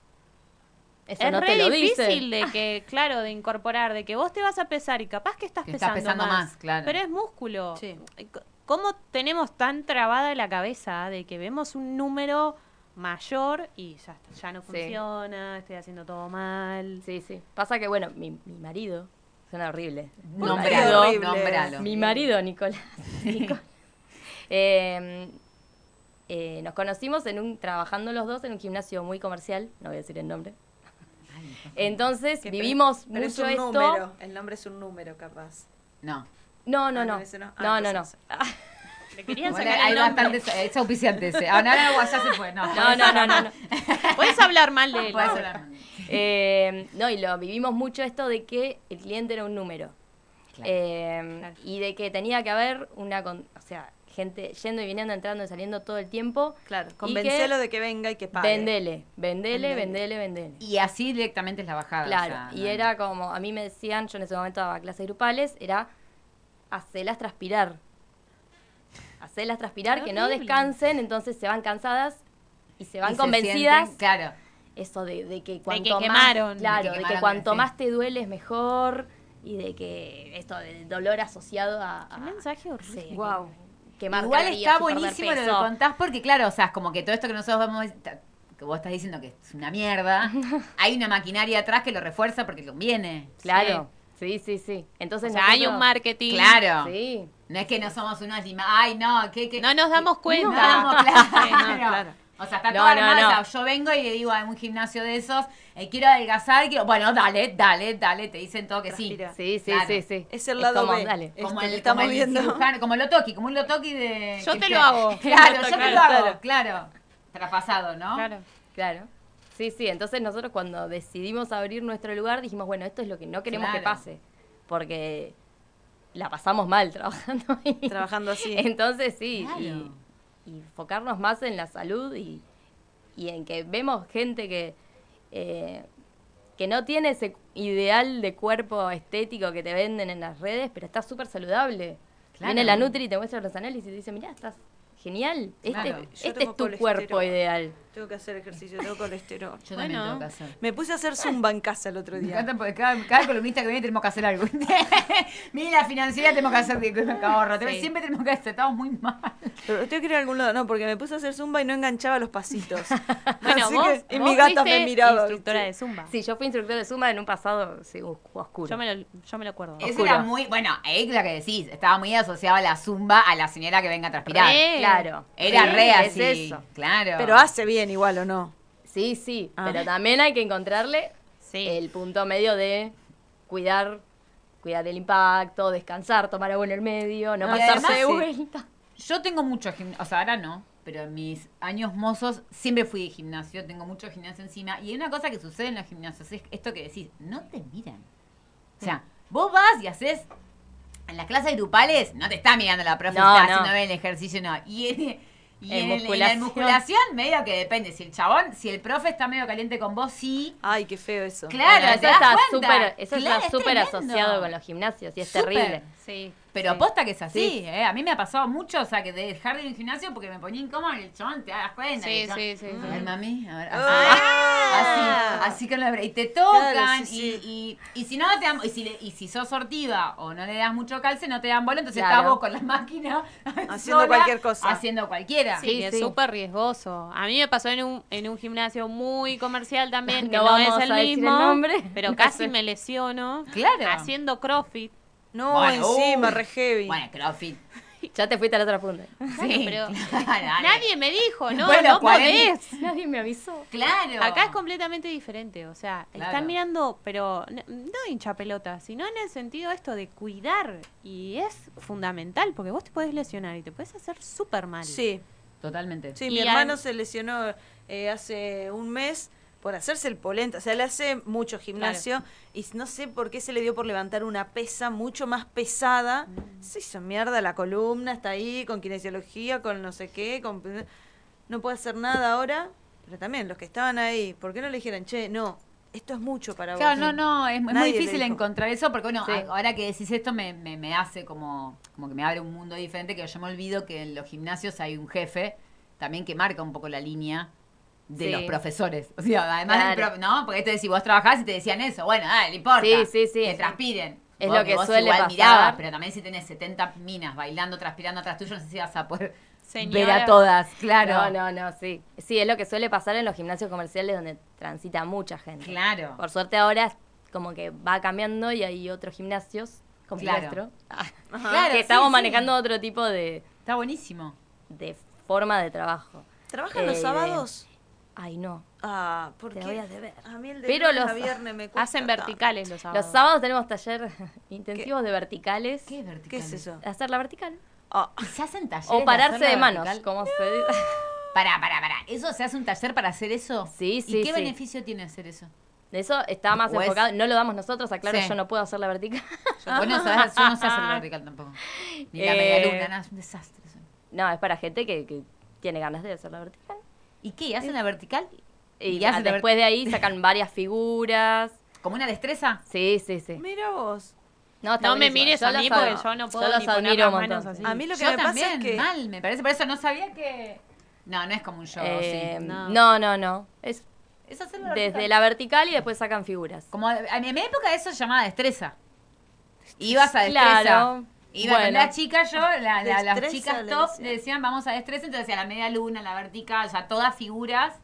Speaker 2: Eso
Speaker 4: es
Speaker 2: no
Speaker 4: re
Speaker 2: te lo dicen.
Speaker 4: difícil de que, claro, de incorporar, de que vos te vas a pesar y capaz que estás
Speaker 1: Que estás
Speaker 4: pesando,
Speaker 1: pesando
Speaker 4: más,
Speaker 1: más, claro.
Speaker 4: pero es músculo. Eh,
Speaker 3: Sí.
Speaker 4: ¿Cómo tenemos tan trabada la cabeza de que vemos un número mayor y ya está, ya no
Speaker 2: Sí.
Speaker 4: funciona, estoy haciendo todo mal?
Speaker 2: Sí, sí. Pasa que, bueno, mi, mi marido, suena horrible. Mi
Speaker 1: Nombralo,
Speaker 3: horrible.
Speaker 1: nombralo.
Speaker 2: Mi marido, Nicolás. Nicolás. Eh, eh, nos conocimos en un, trabajando los dos en un gimnasio muy comercial, no voy a decir el nombre. Entonces
Speaker 3: Que
Speaker 2: vivimos
Speaker 3: pero es
Speaker 2: mucho
Speaker 3: un
Speaker 2: esto.
Speaker 3: número. El nombre es un número, capaz.
Speaker 1: No.
Speaker 2: No,
Speaker 3: Ah,
Speaker 2: no, no.
Speaker 3: no, ese no. Ah,
Speaker 2: No, no, no.
Speaker 3: entonces
Speaker 4: Le querían
Speaker 1: Bueno,
Speaker 4: sacar
Speaker 1: hay
Speaker 4: el nombre.
Speaker 1: bastante... Es auspiciante ese. Ah, no, no, no, ya se fue. No,
Speaker 2: No, no, no, no. no.
Speaker 4: Puedes hablar mal de él.
Speaker 1: Puedes
Speaker 4: ahora.
Speaker 1: hablar.
Speaker 2: Em, Eh, no, y lo vivimos mucho esto de que el cliente era un número.
Speaker 1: Claro,
Speaker 2: Eh,
Speaker 4: claro.
Speaker 2: Y de que tenía que haber una, con- o sea, gente yendo y viniendo, entrando y saliendo todo el tiempo.
Speaker 3: Claro,
Speaker 2: Y
Speaker 3: convencelo de que venga y que pague.
Speaker 2: Vendele, vendele, vendele, vendele.
Speaker 1: Y así directamente es la bajada. o
Speaker 2: Claro,
Speaker 1: sea,
Speaker 2: y
Speaker 1: no-
Speaker 2: era como, a mí me decían, yo en ese momento daba clases grupales, era hacelas transpirar. Hacelas transpirar, que no
Speaker 4: Horrible.
Speaker 2: descansen, entonces se van cansadas y se van
Speaker 1: y se
Speaker 2: convencidas.
Speaker 1: sienten- claro.
Speaker 2: Eso de, de que cuanto más,
Speaker 4: quemaron.
Speaker 1: De
Speaker 2: claro,
Speaker 1: que
Speaker 2: de que,
Speaker 1: quemaron,
Speaker 2: cuanto
Speaker 1: sí.
Speaker 2: más te duele es mejor y de que esto del dolor asociado a,
Speaker 4: Qué
Speaker 2: a-
Speaker 4: mensaje horrible.
Speaker 2: sí,
Speaker 3: Guau.
Speaker 2: quemar
Speaker 1: Igual
Speaker 2: calorías
Speaker 1: está
Speaker 2: y perder
Speaker 1: buenísimo lo que
Speaker 2: peso.
Speaker 1: contás porque, claro, o sea, es como que todo esto que nosotros vamos, está- que vos estás diciendo que es una mierda, hay una maquinaria atrás que lo refuerza porque conviene.
Speaker 2: Claro, sí, sí, sí. Entonces
Speaker 4: O sea, hay
Speaker 2: nosotros-
Speaker 4: un marketing.
Speaker 1: Claro.
Speaker 2: Sí.
Speaker 1: No es que no somos unos lima, ay, no, que, que
Speaker 4: No nos damos cuenta.
Speaker 1: No nos damos, claro.
Speaker 4: Sí, no, claro.
Speaker 1: O sea, está
Speaker 2: No,
Speaker 1: todo
Speaker 2: no,
Speaker 1: armado,
Speaker 2: no.
Speaker 1: o sea, yo vengo y le digo a un gimnasio de esos, eh, quiero adelgazar, quiero... bueno, dale, dale, dale, te dicen todo que
Speaker 3: Transpira.
Speaker 2: Sí, sí,
Speaker 1: Claro.
Speaker 2: sí, sí.
Speaker 3: Es el lado
Speaker 2: como,
Speaker 3: B.
Speaker 2: dale.
Speaker 1: sí. Como
Speaker 3: Esto
Speaker 1: el,
Speaker 3: que
Speaker 1: estamos
Speaker 3: Este, estamos
Speaker 1: como el
Speaker 3: viendo.
Speaker 1: cirujano, como el lotoki, como un lotoki de...
Speaker 4: Yo
Speaker 1: que
Speaker 4: te
Speaker 1: te-
Speaker 4: lo hago.
Speaker 1: Claro, yo te lo hago,
Speaker 3: Claro.
Speaker 1: claro. Traspasado, ¿no?
Speaker 4: Claro.
Speaker 2: Claro. Sí, sí. Entonces nosotros cuando decidimos abrir nuestro lugar dijimos, bueno, esto es lo que no queremos que
Speaker 1: Claro.
Speaker 2: pase. Porque la pasamos mal trabajando ahí.
Speaker 3: Trabajando así.
Speaker 2: Entonces sí.
Speaker 1: Claro.
Speaker 2: Y, y enfocarnos más en la salud y, y en que vemos gente que... eh, que no tiene ese ideal de cuerpo estético que te venden en las redes, pero está súper saludable.
Speaker 1: Claro.
Speaker 2: Viene la Nutri y te muestra los análisis y dice, mirá, estás genial. Este,
Speaker 1: Claro.
Speaker 2: este
Speaker 3: Yo tengo
Speaker 2: es tu
Speaker 3: colesterol.
Speaker 2: cuerpo ideal.
Speaker 3: Tengo que hacer ejercicio, tengo colesterol.
Speaker 1: Yo también
Speaker 4: Bueno.
Speaker 1: tengo que hacer.
Speaker 3: Me puse a hacer zumba en casa el otro
Speaker 1: Me
Speaker 3: día.
Speaker 1: encanta porque cada, cada columnista que viene tenemos que hacer algo. Miren la financiera, tenemos que hacer de- de ahorro.
Speaker 4: Sí.
Speaker 1: Siempre tenemos que hacer, estamos muy mal.
Speaker 3: Pero tengo que ir a algún lado, no, porque me puse a hacer zumba y no enganchaba los pasitos.
Speaker 4: Bueno,
Speaker 3: Así
Speaker 4: vos,
Speaker 3: que- y
Speaker 4: vos
Speaker 3: mi gata
Speaker 4: fuiste
Speaker 3: me miraba.
Speaker 4: instructora
Speaker 3: ¿viste?
Speaker 4: de Zumba.
Speaker 2: Sí, yo fui instructor de Zumba en un pasado sí, os- oscuro.
Speaker 4: Yo me lo, yo me lo acuerdo.
Speaker 1: Eso
Speaker 2: Oscuro.
Speaker 1: era muy, bueno, es lo que decís, estaba muy asociada la zumba a la señora que venga a transpirar.
Speaker 4: Re.
Speaker 2: Claro.
Speaker 1: Era
Speaker 2: Sí,
Speaker 1: re
Speaker 2: es
Speaker 1: así.
Speaker 2: eso.
Speaker 1: Claro.
Speaker 3: Pero hace bien igual o no.
Speaker 2: Sí, sí,
Speaker 3: Ah.
Speaker 2: pero también hay que encontrarle
Speaker 4: Sí.
Speaker 2: el punto medio de cuidar cuidar el impacto, descansar, tomar agua en el medio, no
Speaker 1: Y
Speaker 2: pasarse
Speaker 1: además,
Speaker 2: de
Speaker 1: sí.
Speaker 2: vuelta.
Speaker 1: Yo tengo mucho gimnasio, o sea, ahora no, pero en mis años mozos siempre fui de gimnasio, tengo mucho gimnasio encima. Y hay una cosa que sucede en los gimnasios, es esto que decís, no te miran. O sea, vos vas y haces en las clases grupales, no te está mirando la profe,
Speaker 2: No,
Speaker 1: está
Speaker 2: no.
Speaker 1: haciendo bien el ejercicio, no. Y en, y en,
Speaker 2: En
Speaker 1: el- en
Speaker 2: musculación.
Speaker 1: la musculación, medio que depende. Si el chabón, si el profe está medio caliente con vos, sí.
Speaker 3: Ay, qué feo eso.
Speaker 1: Claro,
Speaker 2: Bueno,
Speaker 1: te
Speaker 2: eso
Speaker 1: das
Speaker 2: está
Speaker 1: cuenta.
Speaker 2: súper, eso
Speaker 1: Claro,
Speaker 2: está
Speaker 1: es
Speaker 2: súper
Speaker 1: tremendo.
Speaker 2: asociado con los gimnasios y es
Speaker 1: Súper.
Speaker 2: terrible.
Speaker 4: Sí.
Speaker 1: Pero
Speaker 2: Sí.
Speaker 1: aposta que es así,
Speaker 2: Sí.
Speaker 1: ¿eh? A mí me ha pasado mucho, o sea, que de dejar de ir al gimnasio porque me ponía incómodo en Mm. el chabón, te das cuenta.
Speaker 4: Sí,
Speaker 1: y el chabón-
Speaker 4: sí, Mm. sí, sí.
Speaker 1: A ver, mami, a ver, así.
Speaker 3: Ah.
Speaker 1: Así, así con la bra- y te tocan
Speaker 3: Claro,
Speaker 1: y,
Speaker 3: sí,
Speaker 1: Y, y si no te dan, y si, le- y si sos sortiva o no le das mucho calce, no te dan bola, entonces
Speaker 2: Claro.
Speaker 1: estás vos con la máquina
Speaker 3: Haciendo
Speaker 1: sola,
Speaker 3: cualquier cosa.
Speaker 1: haciendo cualquiera.
Speaker 4: Sí,
Speaker 2: Sí,
Speaker 4: que
Speaker 2: sí.
Speaker 4: es súper riesgoso. A mí me pasó en un, en un gimnasio muy comercial también, que
Speaker 2: No
Speaker 4: no,
Speaker 2: vamos
Speaker 4: es el
Speaker 2: a decir el
Speaker 4: mismo,
Speaker 2: nombre.
Speaker 4: pero
Speaker 2: No
Speaker 4: casi
Speaker 2: sé.
Speaker 4: me lesiono
Speaker 1: Claro.
Speaker 4: haciendo crossfit.
Speaker 3: No,
Speaker 1: Bueno,
Speaker 3: encima,
Speaker 1: uy.
Speaker 3: re heavy.
Speaker 1: Bueno, CrossFit.
Speaker 2: Ya te fuiste a la otra punta.
Speaker 1: sí,
Speaker 4: pero-
Speaker 1: claro, dale.
Speaker 4: Nadie me dijo, no,
Speaker 1: Bueno,
Speaker 4: no
Speaker 1: 40.
Speaker 4: podés.
Speaker 2: Nadie me avisó.
Speaker 1: Claro.
Speaker 4: Acá es completamente diferente, o sea,
Speaker 1: Claro.
Speaker 4: están mirando, pero n- no hincha pelota, sino en el sentido esto de cuidar y es fundamental porque vos te podés lesionar y te puedes hacer súper mal.
Speaker 3: Sí,
Speaker 1: Totalmente.
Speaker 3: sí,
Speaker 4: Y
Speaker 3: mi
Speaker 4: al-
Speaker 3: hermano se lesionó eh, hace un mes por hacerse el polenta. O sea, él hace mucho gimnasio y no sé por qué se le dio por levantar una pesa mucho más pesada.
Speaker 1: Mm.
Speaker 3: Se hizo mierda la columna, está ahí, con kinesiología, con no sé qué, con... No puede hacer nada ahora. Pero también los que estaban ahí, ¿por qué no le dijeran, che, no, esto es mucho para vos?
Speaker 1: Claro, no, no, es, es muy
Speaker 3: Nadie le
Speaker 1: difícil
Speaker 3: dijo.
Speaker 1: encontrar eso porque, bueno,
Speaker 2: Sí.
Speaker 1: a- ahora que decís esto me, me- me hace como, como que me abre un mundo diferente, que yo me olvido que en los gimnasios hay un jefe también que marca un poco la línea de
Speaker 2: Sí.
Speaker 1: los profesores. O sea, además, del
Speaker 2: Claro.
Speaker 1: profe- ¿no? Porque te si vos trabajás y te decían eso, bueno, dale, no importa.
Speaker 2: Sí, sí, sí.
Speaker 1: Que transpiren.
Speaker 2: Es
Speaker 1: Vos-
Speaker 2: lo que
Speaker 1: vos
Speaker 2: suele
Speaker 1: igual
Speaker 2: pasar.
Speaker 1: mirabas, pero también si tenés 70 minas bailando, transpirando atrás tuyo, no sé si vas a poder ver
Speaker 4: Señora.
Speaker 1: a todas, claro.
Speaker 2: No, no, no, sí. Sí, es lo que suele pasar en los gimnasios comerciales donde transita mucha gente.
Speaker 1: Claro.
Speaker 2: Por suerte ahora es como que va cambiando y hay otros gimnasios como
Speaker 1: Claro.
Speaker 2: nuestro.
Speaker 1: Claro,
Speaker 2: que
Speaker 1: sí,
Speaker 2: estamos
Speaker 1: sí.
Speaker 2: manejando otro tipo de,
Speaker 1: Está buenísimo.
Speaker 2: de forma de trabajo.
Speaker 3: ¿Trabajan
Speaker 2: Eh,
Speaker 3: los sábados?
Speaker 2: Ay, no.
Speaker 3: Ah, porque
Speaker 2: Te voy a deber.
Speaker 3: a mí el de
Speaker 2: Pero
Speaker 3: lunes a
Speaker 2: los-
Speaker 3: viernes me cuesta
Speaker 4: Hacen
Speaker 3: tanto.
Speaker 4: verticales los sábados.
Speaker 2: Los sábados tenemos taller intensivos de verticales.
Speaker 1: ¿Qué es vertical?
Speaker 3: ¿Qué es eso?
Speaker 2: Hacer la vertical.
Speaker 3: Ah.
Speaker 1: ¿Y se hacen talleres?
Speaker 2: O
Speaker 1: de
Speaker 2: pararse
Speaker 1: hacerla
Speaker 2: de manos,
Speaker 1: vertical?
Speaker 2: como se dice.
Speaker 1: Pará, pará, pará. ¿Eso se hace un taller para hacer eso?
Speaker 2: Sí,
Speaker 1: ¿Y
Speaker 2: sí,
Speaker 1: qué
Speaker 2: sí.
Speaker 1: beneficio tiene hacer eso?
Speaker 2: Eso está más
Speaker 3: O es-
Speaker 2: enfocado. No lo damos nosotros, aclaro,
Speaker 1: Sí.
Speaker 2: yo no puedo hacer la vertical.
Speaker 1: Yo, bueno, sabes, yo no sé hacer el vertical tampoco. Ni la
Speaker 2: Eh.
Speaker 1: media luna, nada, es un desastre. soy.
Speaker 2: no, es para gente que, que tiene ganas de hacer la vertical.
Speaker 1: ¿Y qué? ¿Hacen la vertical?
Speaker 2: eh, Y,
Speaker 1: hacen la ver-
Speaker 2: después de ahí sacan varias figuras.
Speaker 1: ¿Como una destreza?
Speaker 2: Sí, sí, sí.
Speaker 3: Mira vos.
Speaker 2: No, está
Speaker 4: No me
Speaker 2: buenísimo.
Speaker 4: mires a
Speaker 2: los
Speaker 4: mí porque
Speaker 2: adoro.
Speaker 4: yo no puedo
Speaker 2: los
Speaker 4: ni poner
Speaker 2: admiro
Speaker 4: las
Speaker 2: un montón.
Speaker 4: manos así.
Speaker 3: A mí lo que
Speaker 1: yo
Speaker 3: me pasa
Speaker 1: también,
Speaker 3: es que.
Speaker 1: mal, me parece. Por eso no sabía que... No, no es como un show,
Speaker 2: Eh,
Speaker 1: sí.
Speaker 4: No.
Speaker 2: No, no, no. Es
Speaker 1: Es hacer la
Speaker 2: desde
Speaker 1: vertical.
Speaker 2: la vertical y después sacan figuras.
Speaker 1: Como a mi, en mi época eso se llamaba destreza. Ibas a destreza.
Speaker 2: Claro.
Speaker 1: Iba con
Speaker 2: Bueno.
Speaker 1: la chica, yo, la- la-
Speaker 3: Destreza
Speaker 1: las chicas
Speaker 3: le
Speaker 1: top
Speaker 3: decían.
Speaker 1: le decían vamos a destreza, entonces hacía la media luna, la vertical, o sea, todas figuras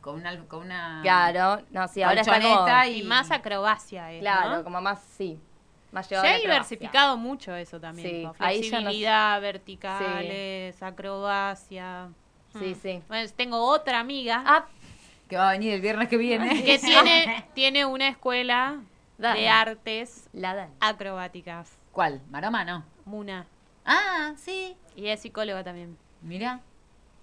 Speaker 1: con una. Con una
Speaker 2: Claro. No, sí, ahora está como...
Speaker 1: colchoneta
Speaker 4: Ah. Y más acrobacia es,
Speaker 2: Claro,
Speaker 4: ¿no?
Speaker 2: como más, sí. Más
Speaker 4: Se
Speaker 2: llevado a
Speaker 4: ha
Speaker 2: la acrobacia.
Speaker 4: diversificado mucho eso también.
Speaker 2: Sí,
Speaker 4: como
Speaker 2: ahí ya no-
Speaker 4: Flexibilidad, verticales, acrobacia.
Speaker 2: Sí,
Speaker 4: Mm.
Speaker 2: sí.
Speaker 4: Bueno, tengo otra amiga
Speaker 2: Ah,
Speaker 1: Que va a venir el viernes que viene.
Speaker 4: que tiene, tiene una escuela
Speaker 2: Dale.
Speaker 4: de artes
Speaker 2: la dan.
Speaker 4: acrobáticas,
Speaker 1: ¿Cuál? Maroma, no.
Speaker 4: Muna.
Speaker 1: Ah, sí.
Speaker 4: Y es psicóloga también.
Speaker 1: Mirá.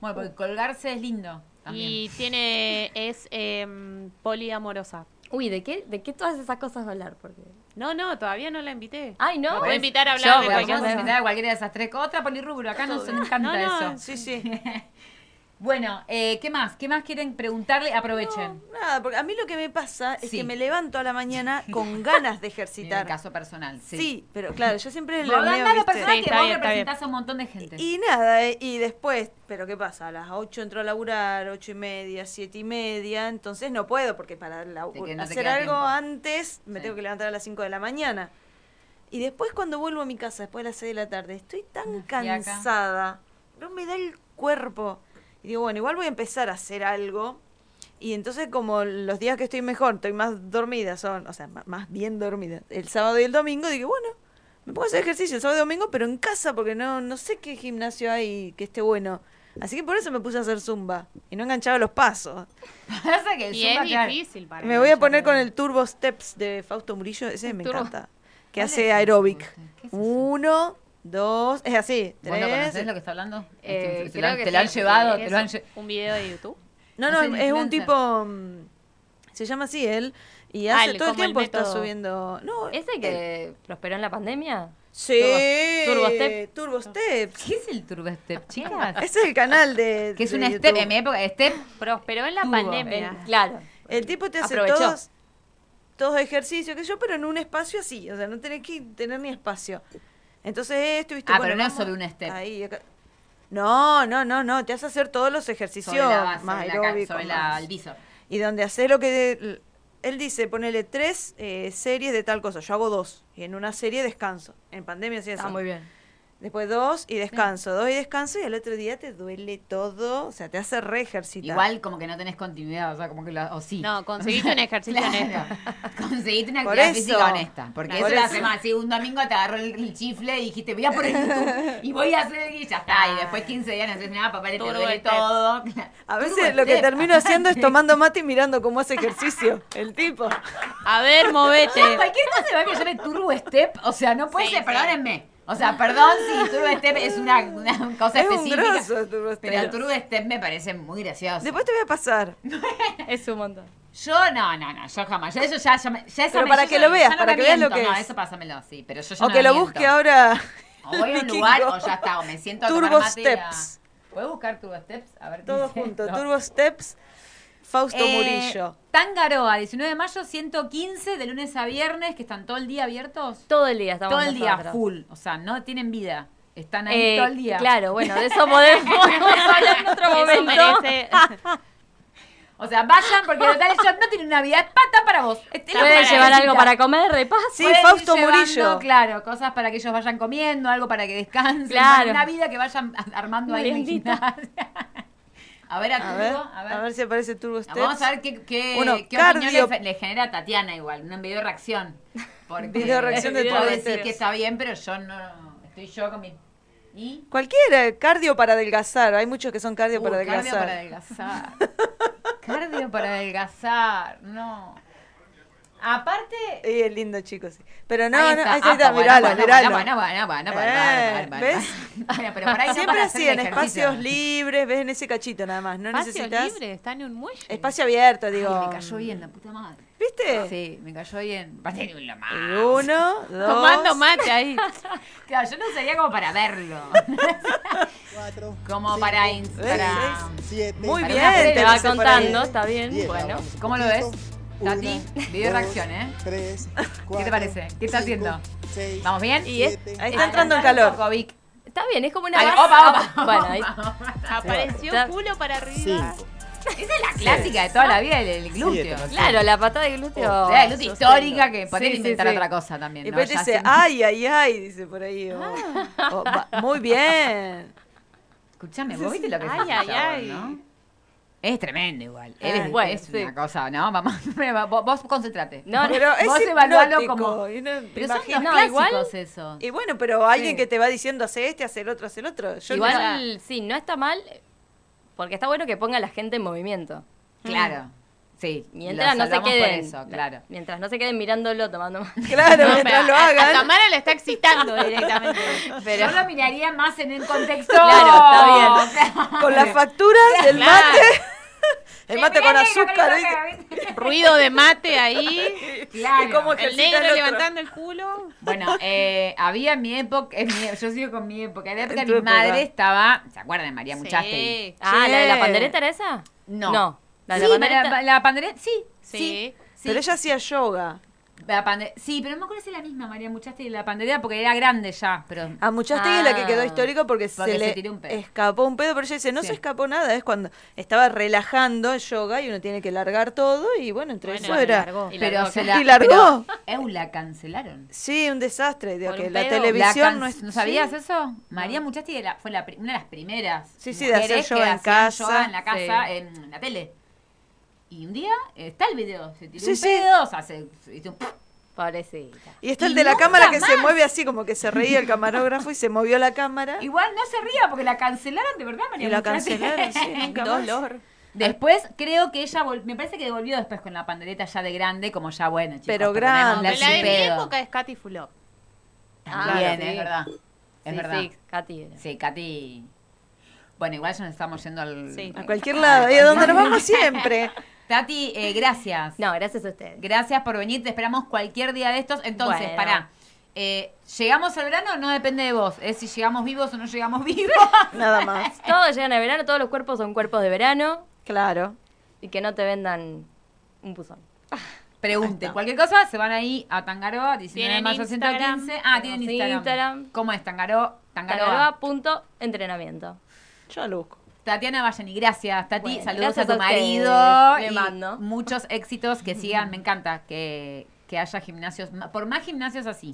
Speaker 1: Bueno, porque colgarse es lindo
Speaker 2: Ah,
Speaker 1: también.
Speaker 4: Y tiene, es em, poliamorosa.
Speaker 2: Uy, ¿de qué, ¿de qué todas esas cosas hablar? Porque...
Speaker 4: No, no, todavía no la invité.
Speaker 2: Ay, no.
Speaker 4: La puedo invitar a
Speaker 2: Ah, Yo,
Speaker 4: hablar de
Speaker 1: Bueno,
Speaker 4: cualquier
Speaker 1: vamos a
Speaker 2: cosa.
Speaker 1: invitar a cualquiera de esas tres. Otra polirrubro, acá nos encanta
Speaker 4: No, no,
Speaker 1: eso.
Speaker 3: Sí, sí.
Speaker 1: Bueno, eh, ¿qué más? ¿Qué más quieren preguntarle? Aprovechen.
Speaker 3: Nada, porque a mí lo que me pasa es
Speaker 1: Sí.
Speaker 3: que me levanto a la mañana con ganas de
Speaker 1: En el
Speaker 3: ejercitar.
Speaker 1: caso personal, sí.
Speaker 3: sí. pero claro, yo siempre
Speaker 1: Vos
Speaker 3: lo
Speaker 1: andá
Speaker 3: leo,
Speaker 1: a lo
Speaker 3: ¿viste?
Speaker 1: personal
Speaker 4: Sí,
Speaker 1: que
Speaker 4: está
Speaker 1: vos
Speaker 4: bien, está bien.
Speaker 1: representás a un montón de gente.
Speaker 3: Y nada, eh, y después, pero ¿qué pasa? A las 8 entro a laburar, ocho y media, siete y media, entonces no puedo, porque para la-
Speaker 1: Sí, que no te
Speaker 3: hacer
Speaker 1: queda
Speaker 3: algo
Speaker 1: tiempo.
Speaker 3: antes me
Speaker 1: Sí.
Speaker 3: tengo que levantar a las 5 de la mañana. Y después cuando vuelvo a mi casa, después de las 6 de la tarde, estoy tan
Speaker 1: fiaca.
Speaker 3: cansada, no me da el cuerpo. Y digo, bueno, igual voy a empezar a hacer algo. Y entonces como los días que estoy mejor, estoy más dormida, son, o sea, ma- más bien dormida, el sábado y el domingo, dije, bueno, me puedo hacer ejercicio el sábado y domingo, pero en casa, porque no, no sé qué gimnasio hay que esté bueno. Así que por eso me puse a hacer zumba y no enganchaba los pasos.
Speaker 1: Pasa que el
Speaker 4: Y
Speaker 1: Zumba,
Speaker 4: es
Speaker 1: claro,
Speaker 4: difícil para
Speaker 3: Me
Speaker 4: mí,
Speaker 3: voy a
Speaker 4: yo
Speaker 3: poner
Speaker 4: creo.
Speaker 3: con el Turbo Steps de Fausto Murillo, ese me
Speaker 2: Turbo.
Speaker 3: encanta, que
Speaker 1: ¿Cuál es
Speaker 3: hace
Speaker 1: el
Speaker 3: aeróbic.
Speaker 1: Turbo Step? ¿Qué es eso?
Speaker 3: Uno, dos, es así,
Speaker 1: ¿Vos lo conocés
Speaker 3: tres.
Speaker 1: lo que está hablando?
Speaker 2: Eh,
Speaker 1: Este, te
Speaker 2: creo
Speaker 1: lo,
Speaker 2: que
Speaker 1: te lo han
Speaker 2: sí,
Speaker 1: llevado,
Speaker 4: ¿Qué
Speaker 1: te
Speaker 4: es
Speaker 1: lo han
Speaker 4: eso?
Speaker 1: lle-
Speaker 4: ¿Un video de YouTube?
Speaker 3: No, no,
Speaker 1: Es el
Speaker 3: es un
Speaker 1: influencer.
Speaker 3: tipo, mm, se llama así él, y
Speaker 4: Ah,
Speaker 3: hace
Speaker 4: el-
Speaker 3: todo el
Speaker 4: como el
Speaker 3: tiempo está
Speaker 4: método.
Speaker 3: subiendo. No,
Speaker 2: ¿Ese que
Speaker 4: Eh.
Speaker 2: prosperó en la pandemia?
Speaker 3: Sí,
Speaker 2: Turbo Step.
Speaker 3: Turbo Steps.
Speaker 1: ¿Qué es el turbo step, chicas?
Speaker 3: Ese es el canal de.
Speaker 1: que es
Speaker 3: de
Speaker 1: un
Speaker 3: YouTube.
Speaker 1: step, en mi época, step.
Speaker 4: Prosperó en la
Speaker 1: Tuvo.
Speaker 4: pandemia.
Speaker 2: El- eh, claro.
Speaker 3: El tipo te hace
Speaker 2: Aprovechó.
Speaker 3: todos, todos ejercicios, que yo, pero en un espacio así. O sea, no tenés que tener ni espacio. Entonces, esto, viste.
Speaker 1: Ah,
Speaker 3: bueno,
Speaker 1: pero no es
Speaker 3: vamos
Speaker 1: sobre un step.
Speaker 3: ahí, acá. No, no, no, no. Te hace hacer todos los ejercicios
Speaker 1: Sobre la base,
Speaker 3: más
Speaker 1: sobre, la, ca-
Speaker 3: aeróbicos.
Speaker 1: sobre la,
Speaker 3: más-
Speaker 1: el piso.
Speaker 3: Y donde haces lo que. Él dice, ponele tres eh, series de tal cosa. Yo hago dos. Y en una serie descanso. En pandemia
Speaker 1: Ah,
Speaker 3: hacía eso.
Speaker 2: Está muy bien.
Speaker 3: Después dos y descanso. Dos y descanso. Y al otro día te duele todo. O sea, te hace re ejercitar.
Speaker 1: Igual como que no tenés continuidad, o sea, como que lo, o sí.
Speaker 4: No, conseguiste un ejercicio
Speaker 1: Claro.
Speaker 4: honesto.
Speaker 1: Conseguiste una
Speaker 3: Por
Speaker 1: actividad
Speaker 3: eso.
Speaker 1: física honesta. Porque
Speaker 3: Por
Speaker 1: eso lo
Speaker 3: eso.
Speaker 1: hace más. Si un domingo te agarró el, el chifle y dijiste, voy a por el YouTube y voy a hacer el y ya está. Y después 15 días no haces nada, papá, le te
Speaker 4: Turbo
Speaker 1: duele
Speaker 4: step.
Speaker 1: todo.
Speaker 3: A
Speaker 1: Turbo
Speaker 3: veces lo que
Speaker 1: step.
Speaker 3: termino haciendo es tomando mate y mirando cómo hace ejercicio el tipo.
Speaker 4: A ver,
Speaker 3: Eh,
Speaker 4: movete.
Speaker 1: Ya, cualquier cosa va a que llame Turbo Step, o sea, no puede
Speaker 4: Sí,
Speaker 1: ser,
Speaker 4: sí.
Speaker 1: perdónenme. O sea, perdón si Turbo Step es una, una cosa
Speaker 3: Es un
Speaker 1: específica.
Speaker 3: grosso. tu rostro.
Speaker 1: pero Turbo Step me parece muy gracioso.
Speaker 3: Después te voy a pasar.
Speaker 2: Es un montón.
Speaker 1: Yo, no, no, no, yo jamás. Yo eso ya, ya, me- ya esa
Speaker 3: Pero
Speaker 1: me-
Speaker 3: para
Speaker 1: yo
Speaker 3: que
Speaker 1: ya-
Speaker 3: lo
Speaker 1: ya
Speaker 3: veas,
Speaker 1: no
Speaker 3: para
Speaker 1: la
Speaker 3: que veas lo
Speaker 1: miento.
Speaker 3: que
Speaker 1: No,
Speaker 3: es.
Speaker 1: eso pásamelo, sí, pero yo ya
Speaker 3: O
Speaker 1: no
Speaker 3: que
Speaker 1: la
Speaker 3: lo
Speaker 1: miento.
Speaker 3: busque ahora.
Speaker 1: O voy a un
Speaker 3: Vikingo.
Speaker 1: lugar o ya está, o me siento a
Speaker 3: Turbo
Speaker 1: tomar mate y a-
Speaker 3: Steps.
Speaker 1: ¿Puedo buscar Turbo Steps? A ver qué
Speaker 3: Todo
Speaker 1: dice
Speaker 3: junto.
Speaker 1: esto.
Speaker 3: Turbo Steps, Fausto
Speaker 1: Eh,
Speaker 3: Murillo.
Speaker 1: Tangaroa, 19 de mayo, 115, de lunes a viernes, que están todo el día abiertos.
Speaker 2: Todo el día estamos
Speaker 1: todo el día
Speaker 2: nosotras.
Speaker 1: full. O sea, no tienen vida. Están ahí
Speaker 2: Eh,
Speaker 1: todo el día.
Speaker 2: Claro, bueno, de eso podemos podemos hablar en otro
Speaker 4: Eso
Speaker 2: momento.
Speaker 4: merece.
Speaker 1: O sea, vayan porque Natalia Shop no tiene una vida. Pata para vos. Este, la
Speaker 2: Pueden
Speaker 1: para
Speaker 2: llevar
Speaker 1: la
Speaker 2: algo
Speaker 1: chiquita.
Speaker 2: para comer, repaso.
Speaker 3: Sí,
Speaker 1: Pueden ir
Speaker 3: Fausto
Speaker 1: llevando,
Speaker 3: Murillo.
Speaker 1: Claro, cosas para que ellos vayan comiendo, algo para que descansen.
Speaker 2: Claro.
Speaker 1: Bueno, Una vida que vayan a- armando ahí en
Speaker 2: Meriendita.
Speaker 1: A ver, a,
Speaker 3: A
Speaker 1: Turbo,
Speaker 3: ver,
Speaker 1: a ver. Ah,
Speaker 3: a ver si aparece Turbo Steps.
Speaker 1: Vamos a ver qué, qué,
Speaker 3: Bueno,
Speaker 1: qué opinión
Speaker 3: cardio-
Speaker 1: le, fe- le genera a Tatiana igual, una video reacción. Porque
Speaker 3: Video reacción de
Speaker 1: puedo
Speaker 3: Turbo
Speaker 1: decir
Speaker 3: Steps.
Speaker 1: que está bien, pero yo no. Estoy yo con mi. ¿Y?
Speaker 3: Cualquiera, cardio para adelgazar. Hay muchos que son cardio
Speaker 1: Uh,
Speaker 3: para
Speaker 1: Cardio
Speaker 3: adelgazar.
Speaker 1: para adelgazar. cardio para adelgazar, no. Aparte.
Speaker 3: Y es lindo, chicos. Pero no,
Speaker 1: ahí
Speaker 3: no,
Speaker 1: está,
Speaker 3: ahí está,
Speaker 1: apa, bueno,
Speaker 3: miralo,
Speaker 1: bueno,
Speaker 3: miralo.
Speaker 1: bueno, bueno, bueno, bueno,
Speaker 3: Eh,
Speaker 1: bueno, bueno,
Speaker 3: ¿ves?
Speaker 1: Bueno, pero por ahí no
Speaker 3: Siempre
Speaker 1: para
Speaker 3: así,
Speaker 1: hacer
Speaker 3: en
Speaker 1: el ejercicio.
Speaker 3: espacios libres, ves en ese cachito nada más, no
Speaker 4: Espacio
Speaker 3: necesitas.
Speaker 4: libre, está en un muelle.
Speaker 3: Espacio abierto,
Speaker 1: Ay,
Speaker 3: digo.
Speaker 1: me cayó bien, la puta madre.
Speaker 3: ¿Viste?
Speaker 1: Sí, me cayó bien. Va a tener un más.
Speaker 3: El uno, dos.
Speaker 4: Tomando mate ahí.
Speaker 1: Claro, yo no sería como para verlo.
Speaker 5: 4,
Speaker 1: Como para ins- para-
Speaker 3: Muy
Speaker 1: Para
Speaker 3: bien,
Speaker 1: una
Speaker 3: te
Speaker 1: prueba,
Speaker 2: Te va
Speaker 3: lo separé.
Speaker 2: contando, está bien. bueno.
Speaker 1: ¿Cómo lo ves? Tati, video reacción, ¿eh? ¿Qué te parece? ¿Qué está haciendo? ¿Vamos bien?
Speaker 4: Y es-
Speaker 3: Ahí está entrando en calor.
Speaker 1: Vic.
Speaker 2: Está bien, es como una.
Speaker 1: Ahí,
Speaker 2: base-
Speaker 1: opa, opa.
Speaker 2: Bueno, ahí.
Speaker 4: Apareció
Speaker 2: Está-
Speaker 4: culo para arriba.
Speaker 5: 5,
Speaker 1: Esa es la clásica de toda la vida, el, el glúteo.
Speaker 5: Siete,
Speaker 3: este,
Speaker 2: Claro, la patada de glúteo.
Speaker 1: Oh, La glúteo histórica que podés
Speaker 3: Sí, sí,
Speaker 1: inventar
Speaker 3: sí.
Speaker 1: otra cosa también.
Speaker 3: Y
Speaker 1: ¿no?
Speaker 3: después
Speaker 1: Ya Ah.
Speaker 3: dice, "Ah,
Speaker 1: siempre-
Speaker 3: ay, ay, ay, dice por ahí. o- o va- muy bien.
Speaker 1: Escuchame, vos viste lo que es
Speaker 4: Ay,
Speaker 1: ese
Speaker 4: ay,
Speaker 1: chabón,
Speaker 4: ay.
Speaker 1: ¿no? Es tremendo igual.
Speaker 3: Ah,
Speaker 1: Él es,
Speaker 2: bueno,
Speaker 1: es
Speaker 2: sí.
Speaker 1: una cosa, ¿no? Vamos, vos, vos concentrate.
Speaker 2: No, no,
Speaker 3: Pero es
Speaker 1: vos evalualo
Speaker 3: hipnótico,
Speaker 1: como.
Speaker 3: y no-
Speaker 1: Pero
Speaker 3: imagino-
Speaker 1: son
Speaker 2: no,
Speaker 1: los clásicos
Speaker 2: igual-
Speaker 1: esos.
Speaker 3: Y bueno, pero alguien
Speaker 1: Sí.
Speaker 3: que te va diciendo hace este, hace el otro, hace el otro. Yo no-
Speaker 2: Igual, sí, no está mal, porque está bueno que ponga a la gente en movimiento.
Speaker 1: Claro. Sí.
Speaker 2: Mientras
Speaker 1: lo
Speaker 2: no se
Speaker 1: salvamos
Speaker 2: queden.
Speaker 1: Por eso, claro.
Speaker 2: Mientras no se queden mirándolo tomando más.
Speaker 3: Claro,
Speaker 4: No,
Speaker 3: mientras
Speaker 4: pero
Speaker 3: lo
Speaker 4: a- a
Speaker 3: hagan.
Speaker 4: Tamara la está excitando directamente.
Speaker 1: Yo lo miraría más en el contexto.
Speaker 2: Claro,
Speaker 1: está
Speaker 3: Con las facturas del
Speaker 4: Claro.
Speaker 3: mate. El mate con azúcar. ¿viste?
Speaker 4: Ruido de mate ahí.
Speaker 1: Claro.
Speaker 3: Y cómo
Speaker 4: El
Speaker 3: ejercita
Speaker 4: negro
Speaker 3: el otro.
Speaker 4: levantando el culo.
Speaker 1: Bueno, eh, había en mi época, en mi- yo sigo con mi época, en la época
Speaker 3: En
Speaker 1: mi
Speaker 3: tu época.
Speaker 1: madre estaba, ¿se acuerdan de María Muchaste?
Speaker 4: Sí.
Speaker 2: Ah, ¿la de la
Speaker 3: Sí.
Speaker 2: pandereta era esa?
Speaker 1: No.
Speaker 2: No. La de
Speaker 1: sí,
Speaker 2: la
Speaker 1: pero
Speaker 2: pandereta.
Speaker 1: la, la pandereta, sí, sí,
Speaker 4: Sí.
Speaker 1: sí.
Speaker 3: Pero ella hacía yoga.
Speaker 1: La pande- sí, pero no me acuerdo si es la misma María Muchaste y la pandereta porque era grande ya, pero
Speaker 3: A Muchastegui es la que quedó
Speaker 2: Ah.
Speaker 3: histórica porque,
Speaker 1: Porque
Speaker 3: se
Speaker 1: se
Speaker 3: le
Speaker 1: tiró un pedo.
Speaker 3: escapó un pedo, pero ella dice, no
Speaker 1: Sí.
Speaker 3: se escapó nada, es cuando estaba relajando el yoga y uno tiene que largar todo y bueno, entre
Speaker 4: Bueno,
Speaker 3: eso era...
Speaker 4: largó.
Speaker 2: Y
Speaker 1: pero
Speaker 2: largó,
Speaker 1: se
Speaker 3: claro. ¿Y largó?
Speaker 1: pero, Eu, la cancelaron.
Speaker 3: Sí, un desastre, digo,
Speaker 4: Por
Speaker 3: que
Speaker 4: un
Speaker 3: la
Speaker 4: pedo.
Speaker 1: La
Speaker 3: televisión
Speaker 1: can-
Speaker 3: no es...
Speaker 1: ¿No sabías
Speaker 3: sí.
Speaker 1: eso? María Muchasti de la- fue la pri- una de las primeras.
Speaker 3: Sí, sí, de hacer
Speaker 1: mujeres que
Speaker 3: yoga en
Speaker 1: hacían
Speaker 3: casa.
Speaker 1: yoga en la casa, en la tele. Y un día eh, está el video, se tiró
Speaker 3: Sí,
Speaker 1: un
Speaker 3: sí.
Speaker 1: pedo, o sea, se se hizo un
Speaker 2: Pobrecita.
Speaker 3: Y está
Speaker 1: Y
Speaker 3: el de la
Speaker 1: nunca
Speaker 3: cámara que se
Speaker 1: más.
Speaker 3: mueve así, como que se reía el camarógrafo y se movió la cámara
Speaker 1: Igual no se ría porque la cancelaron de verdad, María
Speaker 3: y la
Speaker 1: Muchasti.
Speaker 3: cancelaron, sí, nunca más.
Speaker 1: Después creo que ella, vol- me parece que volvió después con la pandereta ya de grande, como ya bueno, chicos.
Speaker 3: Pero
Speaker 1: perdonémosla,
Speaker 3: grande.
Speaker 1: es
Speaker 4: la
Speaker 1: un
Speaker 4: de mi
Speaker 1: pedo.
Speaker 4: época es Katy Fulop.
Speaker 1: También,
Speaker 2: Ah, sí.
Speaker 1: es verdad. Es
Speaker 2: sí,
Speaker 1: verdad.
Speaker 2: sí, Katy era.
Speaker 1: Sí, Katy. Bueno, igual ya nos estamos yendo al.
Speaker 4: Sí.
Speaker 3: A cualquier lado, y a donde nos vamos siempre.
Speaker 1: Tati, eh, gracias.
Speaker 2: No, gracias a ustedes.
Speaker 1: Gracias por venir, te esperamos cualquier día de estos. Entonces,
Speaker 2: Bueno.
Speaker 1: pará. Eh, ¿Llegamos al verano? No depende de vos. Es si llegamos vivos o no llegamos vivos.
Speaker 3: Nada más.
Speaker 2: Todos llegan a verano, todos los cuerpos son cuerpos de verano
Speaker 3: Claro.
Speaker 2: y que no te vendan un puzón.
Speaker 1: Pregunten. Cualquier cosa, se van ahí a Tangaroa, 19 de
Speaker 4: Tienen
Speaker 1: mayo
Speaker 4: Instagram.
Speaker 1: 115. Ah, tienen
Speaker 2: Tenemos
Speaker 1: Instagram.
Speaker 2: Instagram.
Speaker 1: ¿Cómo es? Tangaroa. Tangaroa.
Speaker 2: Tangaroa punto entrenamiento.
Speaker 3: Yo lo busco.
Speaker 1: Tatiana Valleni, gracias Tati,
Speaker 2: Bueno,
Speaker 1: saludos
Speaker 2: gracias
Speaker 1: a
Speaker 2: a
Speaker 1: tu
Speaker 2: ustedes.
Speaker 1: marido,
Speaker 2: Le
Speaker 1: y
Speaker 2: mando.
Speaker 1: muchos éxitos que sigan, me encanta que, que haya gimnasios, ma- por más gimnasios así.